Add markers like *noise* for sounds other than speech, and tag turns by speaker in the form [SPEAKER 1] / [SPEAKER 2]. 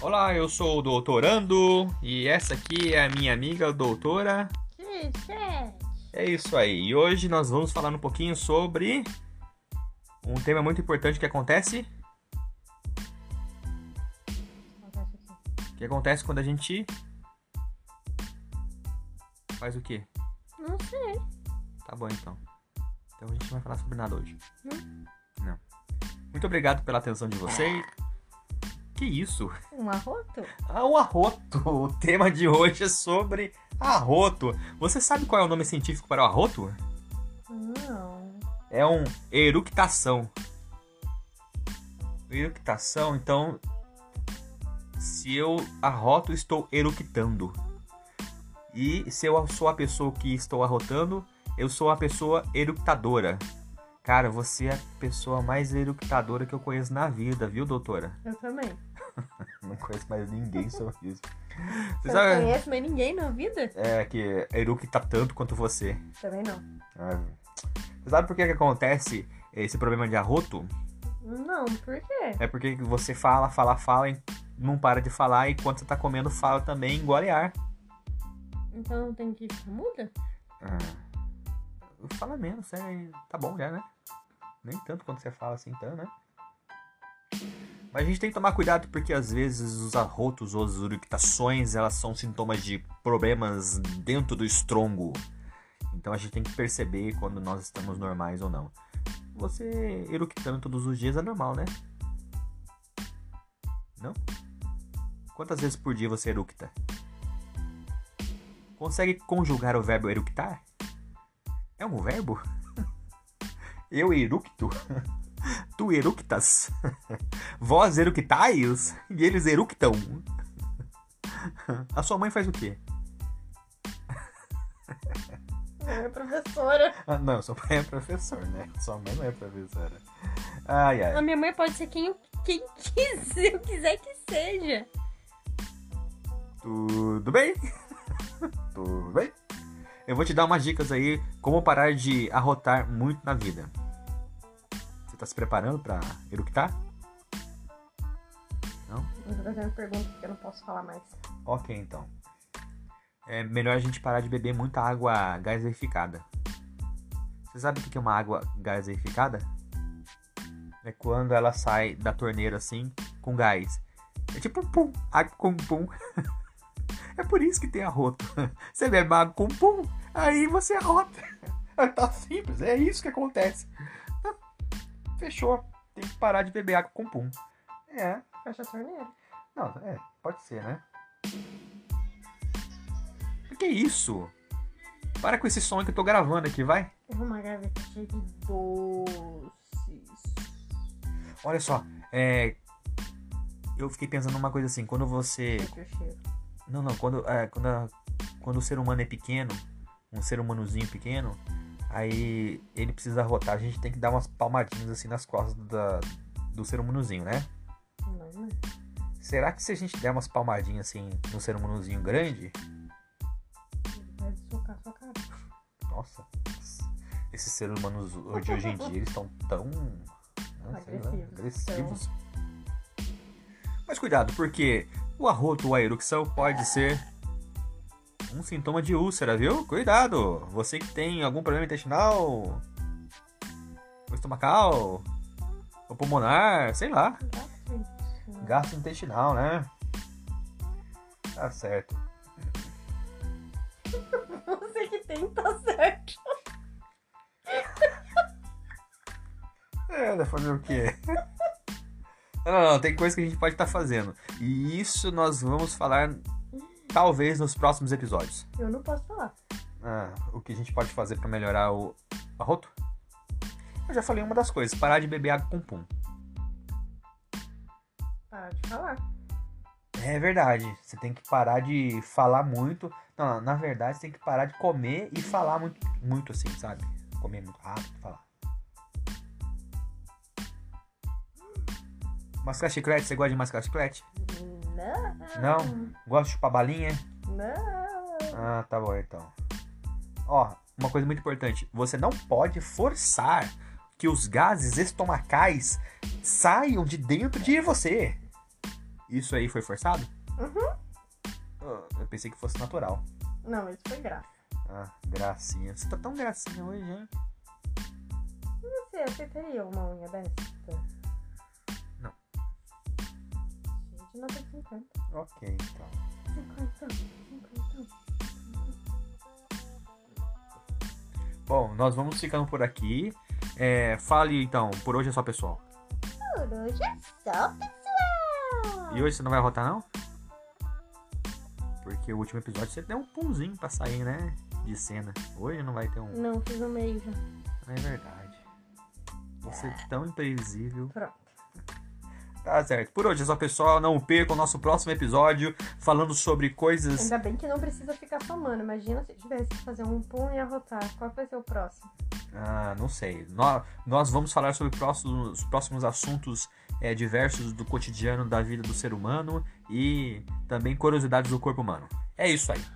[SPEAKER 1] Olá, eu sou o doutorando e essa aqui é a minha amiga doutora. É isso aí. E hoje nós vamos falar um pouquinho sobre um tema muito importante que acontece, que acontece quando a gente faz o quê?
[SPEAKER 2] Não sei.
[SPEAKER 1] Tá bom então. Então a gente não vai falar sobre nada hoje.
[SPEAKER 2] Hum?
[SPEAKER 1] Não. Muito obrigado pela atenção de vocês. Que isso?
[SPEAKER 2] Um arroto?
[SPEAKER 1] Ah, o arroto. *laughs* O tema de hoje é sobre arroto. Você sabe qual é o nome científico para o arroto?
[SPEAKER 2] Não.
[SPEAKER 1] É um eructação. Eructação, então. Se eu arroto, estou eructando. E se eu sou a pessoa que estou arrotando, eu sou a pessoa eructadora. Cara, você é a pessoa mais eructadora que eu conheço na vida, viu, doutora?
[SPEAKER 2] Eu também.
[SPEAKER 1] Não conheço mais ninguém sobre isso. Você
[SPEAKER 2] Eu
[SPEAKER 1] sabe
[SPEAKER 2] não conheço mais ninguém na vida?
[SPEAKER 1] é, que eructa tanto quanto você.
[SPEAKER 2] Também não.
[SPEAKER 1] Ah, Você sabe por que, que acontece esse problema de arroto?
[SPEAKER 2] Não, por quê?
[SPEAKER 1] É porque você fala, fala, fala e não para de falar. E quando você tá comendo, fala também, engole ar.
[SPEAKER 2] Então não tem que muda?
[SPEAKER 1] Fala menos, é, tá bom já, né? Nem tanto quando você fala assim, então, né? Mas a gente tem que tomar cuidado porque às vezes os arrotos ou as eructações, elas são sintomas de problemas dentro do estrongo. Então a gente tem que perceber quando nós estamos normais ou não. Você eructando todos os dias é normal, né? Não? Quantas vezes por dia você eructa? Consegue conjugar o verbo eructar? É um verbo? *laughs* Eu eructo? *laughs* Tu eructas? *laughs* Vós eructais? E eles eructam? *laughs* A sua mãe faz o quê?
[SPEAKER 2] É professora.
[SPEAKER 1] Ah, não, sua mãe é professor, né? Sua mãe não é professora. Ai,
[SPEAKER 2] A
[SPEAKER 1] ai.
[SPEAKER 2] minha mãe pode ser quem, quem *laughs* quiser, eu quiser que seja.
[SPEAKER 1] Tudo bem? *laughs* Tudo bem? Eu vou te dar umas dicas aí como parar de arrotar muito na vida. Você tá se preparando pra eructar?
[SPEAKER 2] Eu tô fazendo pergunta porque eu não posso falar mais.
[SPEAKER 1] Ok, então. É melhor a gente parar de beber muita água gaseificada. Você sabe o que que é uma água gaseificada? É quando ela sai da torneira assim, com gás. É tipo um pum, água com pum. *laughs* É por isso que tem arroto. *laughs* Você bebe água com um pum, aí você arrota. *laughs* Tá simples, é isso que acontece. Fechou. Tem que parar de beber água com pum. É,
[SPEAKER 2] Fecha a torneira.
[SPEAKER 1] não, é, pode ser, né? O que é isso? Para com esse som que eu tô gravando aqui, vai.
[SPEAKER 2] Eu vou uma gaveta cheia de doces.
[SPEAKER 1] Olha só, é. Eu fiquei pensando numa coisa assim, quando você.
[SPEAKER 2] Sente o cheiro.
[SPEAKER 1] Não, não, quando, é, quando, a- quando o ser humano é pequeno, um ser humanozinho pequeno, aí ele precisa rotar, a gente tem que dar umas palmadinhas assim nas costas da- do ser humanozinho, né?
[SPEAKER 2] Não, não.
[SPEAKER 1] Será que se a gente der umas palmadinhas assim no ser humanozinho grande,
[SPEAKER 2] Vai socar sua cara.
[SPEAKER 1] Nossa, esses seres humanos de hoje em dia, eles estão tão né, sei lá,
[SPEAKER 2] Agressivos.
[SPEAKER 1] agressivos. Mas cuidado, porque o arroto ou a erupção pode ser um sintoma de úlcera, viu? Cuidado! Você que tem algum problema intestinal, ou estomacal, ou pulmonar, sei lá.
[SPEAKER 2] Gato.
[SPEAKER 1] Gasto intestinal, né? Tá certo.
[SPEAKER 2] *laughs* Você que tem, tá certo.
[SPEAKER 1] É, vai fazer o quê? *laughs* Não, não, não, tem coisa que a gente pode estar fazendo. E isso nós vamos falar talvez nos próximos episódios.
[SPEAKER 2] Eu não posso falar.
[SPEAKER 1] Ah, o que a gente pode fazer pra melhorar o arroto? Eu já falei uma das coisas, parar de beber água com pum.
[SPEAKER 2] Para de falar.
[SPEAKER 1] É verdade, você tem que parar de falar muito. Não, na verdade, você tem que parar de comer e falar muito, muito assim, sabe? Comer muito rápido, falar. Mascar chiclete, você gosta de mascar chiclete?
[SPEAKER 2] Não.
[SPEAKER 1] Não? Gosta de chupar balinha?
[SPEAKER 2] Não.
[SPEAKER 1] Ah, tá bom então. Ó, uma coisa muito importante: você não pode forçar que os gases estomacais saiam de dentro de você. Isso aí foi forçado?
[SPEAKER 2] Uhum.
[SPEAKER 1] Ah, Eu pensei que fosse natural.
[SPEAKER 2] Não, isso foi graça.
[SPEAKER 1] Ah, gracinha. Você tá tão gracinha hoje, hein?
[SPEAKER 2] Você aceitaria uma unha dessa?
[SPEAKER 1] Não.
[SPEAKER 2] Gente, não tem 50.
[SPEAKER 1] Ok, então.
[SPEAKER 2] 50, 50.
[SPEAKER 1] Bom, nós vamos ficando por aqui. É, fale então, por hoje é só pessoal.
[SPEAKER 2] Por hoje é só, pessoal.
[SPEAKER 1] E hoje você não vai rotar, não? Porque o último episódio você deu um punzinho pra sair, né? De cena. Hoje não vai ter um.
[SPEAKER 2] Não, fiz o meio já.
[SPEAKER 1] É verdade. Você é tão imprevisível.
[SPEAKER 2] Pronto.
[SPEAKER 1] Tá certo. Por hoje é só pessoal. Não percam o nosso próximo episódio falando sobre coisas.
[SPEAKER 2] Ainda bem que não precisa ficar somando. Imagina se tivesse que fazer um pum e arrotar. Qual vai ser o próximo?
[SPEAKER 1] Ah, não sei. Nó- Nós vamos falar sobre próximos, próximos assuntos eh, diversos do cotidiano da vida do ser humano e também curiosidades do corpo humano. É isso aí.